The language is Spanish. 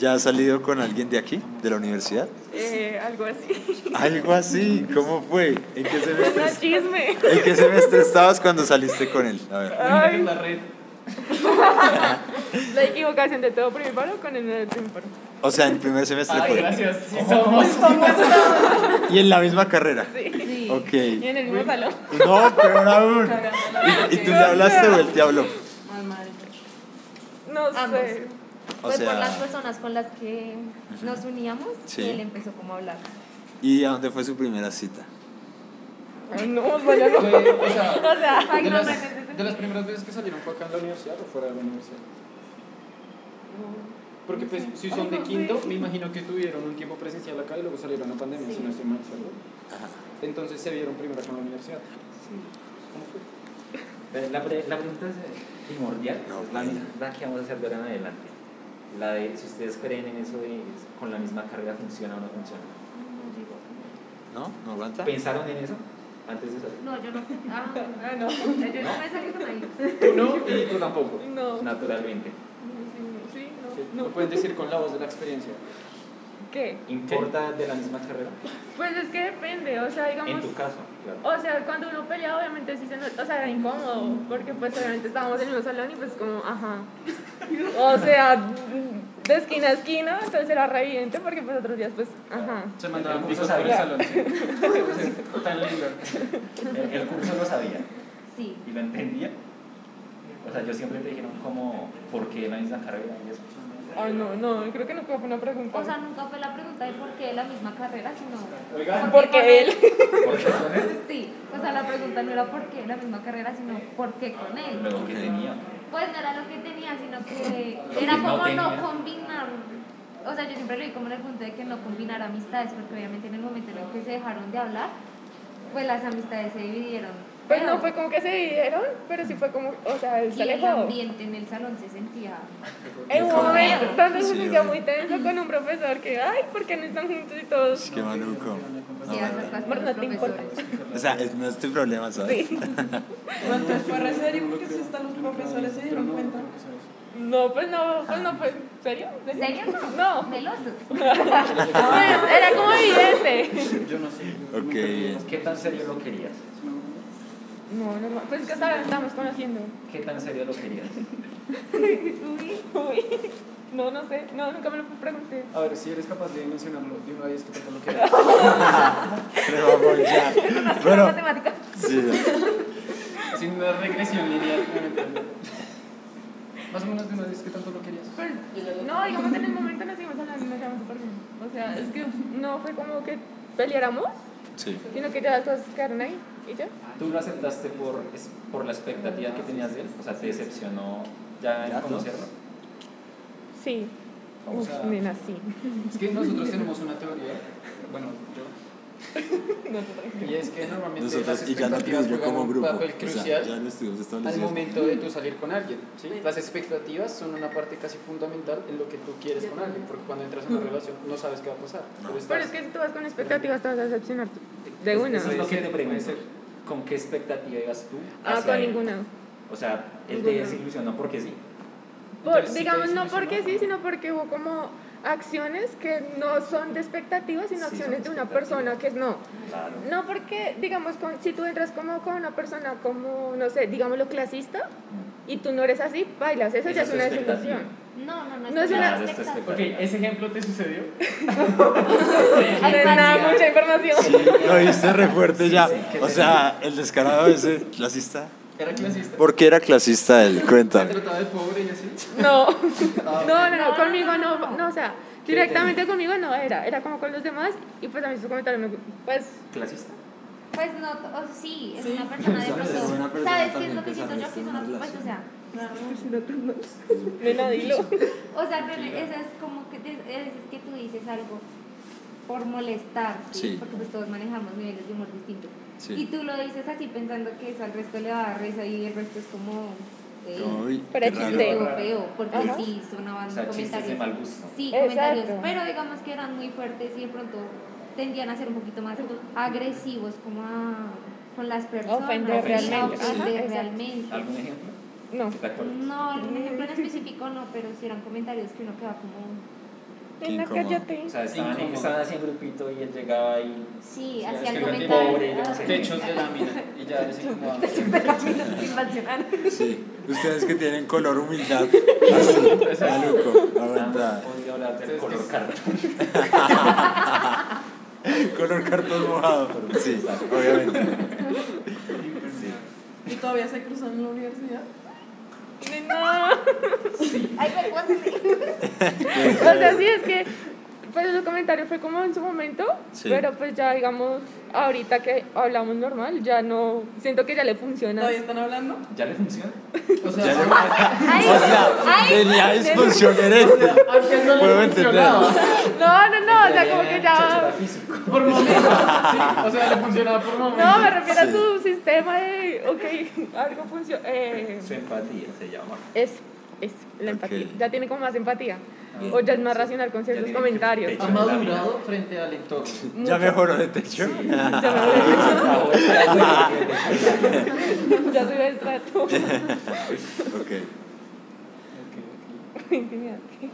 ¿Ya has salido con alguien de aquí, de la universidad? Eh, algo así. Algo así, ¿cómo fue? ¿En qué Es semestre, un chisme. ¿en qué semestre estabas cuando saliste con él? A ver. Ay, La red. la equivocación de todo primero con el del primero. O sea, en primer semestre Ay, fue. gracias. Sí, somos. Y en la misma carrera. Sí. Y Ok. en el mismo salón. No, pero aún. ¿Y, y tú le hablaste o él te habló? Ay, madre. Ah, No Ambos. sé. O Pues por las sea, personas con las que nos uníamos Sí. y él empezó como a hablar. ¿y a dónde fue su primera cita? Ay, Ah, No, o sea, ya no. Fue, o sea, O sea, ay, de no, las, no, no, no, no. de las primeras veces que salieron fue acá en la universidad o fuera de la universidad. Porque pues, si son de quinto, me imagino que tuvieron un tiempo presencial acá y luego salieron a pandemia, si no estoy mal, ¿cierto? Entonces se vieron primero acá en la universidad. ¿Cómo fue? Pero Eh, La, pre- la pregunta es eh, primordial, No, es la, bueno. misma que vamos a hacer de ahora en adelante. La de si ustedes creen en eso de con la misma carrera funciona o no funciona. ¿No? ¿No aguanta? Pues, ¿Pensaron en eso antes de salir? No, yo no. Ah, Ah, no. yo no me salí con nadie. Tú no y tú tampoco. No. No, Naturalmente. sí, Sí, Sí, no. Lo no. pueden decir con la voz de la experiencia. ¿Qué? ¿Importa de la misma carrera? Pues es que depende, o sea, digamos. En tu caso, claro. O sea, cuando uno peleaba, obviamente sí se notaba, o sea, era incómodo, porque pues obviamente estábamos en un salón y pues como, ajá. O sea, de esquina a esquina, entonces era re evidente porque pues otros días pues, ajá. Se mandaban El picos curso por el salón. sabía. sí. Sí, Tan lindo. El, el curso lo sabía Sí. y lo entendía. O sea, yo siempre te dijeron como, ¿por qué la misma carrera? Y eso. Ay, no, no, creo que nunca fue una pregunta. O sea, nunca fue la pregunta de por qué la misma carrera, sino. Oigan, ¿Por qué con él? ¿Por qué con él? Sí, o sea, la pregunta no era por qué la misma carrera, sino por qué con él. Luego que tenía. Pues no era lo que tenía, sino que Lo que era no como tenía. no combinar. O sea, yo siempre lo vi como en el punto de que no combinar amistades, porque obviamente en el momento en el que se dejaron de hablar, pues las amistades se dividieron. Pues Pero- no fue como que se dividieron, pero sí fue como, o sea, él Y se el alejó. ambiente en el salón se sentía. En un momento, entonces se Sí, sentía obvio. muy tenso con un profesor que, ay, ¿por qué no están juntos y todos? Es que maluco. No Sí, las aguanta. cosas con los Marta, ¿te importa? profesores. O sea, es, no es tu problema, ¿sabes? Sí. Entonces fue re serio porque si hasta los profesores se dieron cuenta. No, pues no, pues no, pues, ¿serio? ¿En serio? No. Meloso. Pues, era como evidente. Yo no sé. Ok, bien. pues, ¿Qué tan serio lo querías? No, no, no, pues es que hasta ahora estamos conociendo. ¿Qué tan serio lo querías? Uy, no, no sé, no, nunca me lo pregunté. A ver, si eres capaz de mencionarlo de una vez que te coloqué. Pero vamos ya. Bueno, Matemática. sí, ya. Sin una regresión lineal. no, no, no. Más o menos de una vez que tanto lo querías. Pues, no, digamos en el momento nos íbamos hablando y nos llevamos súper bien. O sea, es que no fue como que peleáramos, sí. sino que ya las cosas quedaron ahí y ya. ¿Tú lo aceptaste por, es- por la expectativa que tenías de él? O sea, ¿te decepcionó ya en Ya, ¿no? conocerlo? Sí. O Uf, sea, nena, sí. es que nosotros tenemos una teoría. Bueno, yo. No sé. Y es que normalmente Nosotros, las y ya no expectativas yo juegan como un grupo. papel O sea, crucial ya lo estuvimos al estableciendo. momento de tú salir con alguien. ¿sí? Las expectativas son una parte casi fundamental en lo que tú quieres con alguien. Porque cuando entras en una relación no sabes qué va a pasar. No. Pero, estás, Pero es que si tú vas con expectativas te vas a decepcionar de Es- una. Eso es lo Puede que te ser, pregunto. puede ser. ¿Con qué expectativa ibas tú? Ah, hacia con él? ninguna. O sea, él te Ninguna. desilusionó porque sí. Por- Entonces, ¿sí te digamos, no desilusionó? porque sí, sino porque hubo como acciones que no son de expectativas, sino Sí, son acciones de una expectativas. persona que no. Claro. No porque, digamos, con- si tú entras como con una persona como, no sé, digámoslo clasista, y tú no eres así, bailas, eso ya es tu una expectativa. desilusión. No, no, no. No es una- Claro, es tu expectativa. ese ejemplo te sucedió. De nada, mucha información. Sí, lo hice re fuerte ya. O sea, el descarado ese, clasista. Era clasista. ¿Por qué era clasista él? Se Cuéntame. trataba de pobre y así. No. no, no, no, No, conmigo no, no, no. no, o sea, directamente conmigo no era, era como con los demás, y pues a mí su comentario me gu- pues, ¿Clasista? Pues no, o sea, sí, es una persona de ¿sabes? Es una pronto. persona ¿Sabes qué es también lo que que siento sabe yo? Que hacer es una una, pues, relación. o sea, nena, dilo. o sea, pero eso es como que, te, es que tú dices algo por molestar, ¿sí? Sí. Porque pues todos manejamos niveles de humor distintos. Sí. Y tú lo dices así pensando que eso al resto le va a dar risa y el resto es como... eh, Uy, qué Pero el raro. chiste. feo, feo, porque Ajá. sí sonaban O sea, chistes de comentarios. mal gusto. Sí, Exacto. comentarios, pero digamos que eran muy fuertes y de pronto tendían a ser un poquito más agresivos como a- con las personas. Ofender sí, a realmente, ajá, ofender exacto. realmente. ¿Algún ejemplo? No. ¿Te acuerdas? No, algún ejemplo en específico no, pero sí eran comentarios que uno queda como, Qué Nena, incómodo. cállate. O sea, estaban, Incómodo. estaban así en grupito y él llegaba y Sí, Sí, es hacía el que no tiene pobre, yo no sé. comentario. Ah, Techos de lámina. Y ya les incomodaban. Invasional. Sí. Ustedes que tienen color humildad. Así, maluco. nada Aguanta. más podía hablar del Entonces, color ¿qué? cartón. Color cartón mojado. Sí, obviamente. Y todavía se cruzan en la universidad. Nena. Ay, recuérdate. O sea, sí, es que pues su comentario fue como en su momento, Sí. pero pues ya digamos, ahorita que hablamos normal, ya no, siento que ya le funciona. ¿Todavía están hablando? ¿Ya le funciona? O Ya sea, le- Ay, O sea, ay. tenía disfunción eréctil. antes no Puedo le entenderlo. funcionaba. No, no, no, o sea, como que Chacho era ya... físico. Por momentos. Sí, o sea, le funcionaba por momentos. No, me refiero Sí. a su sistema de, ok, algo funciona. Eh, Su empatía se llama. es, es la empatía. Ok. Ya tiene como más empatía. Bien. O ya es más racional con ciertos tiene comentarios. criterio. Ha madurado frente al entorno. Mucho. Ya mejoró de techo. Ya me- Ah, bueno, ya, bueno, bien, ya soy de estrato. Ok. Intimidante.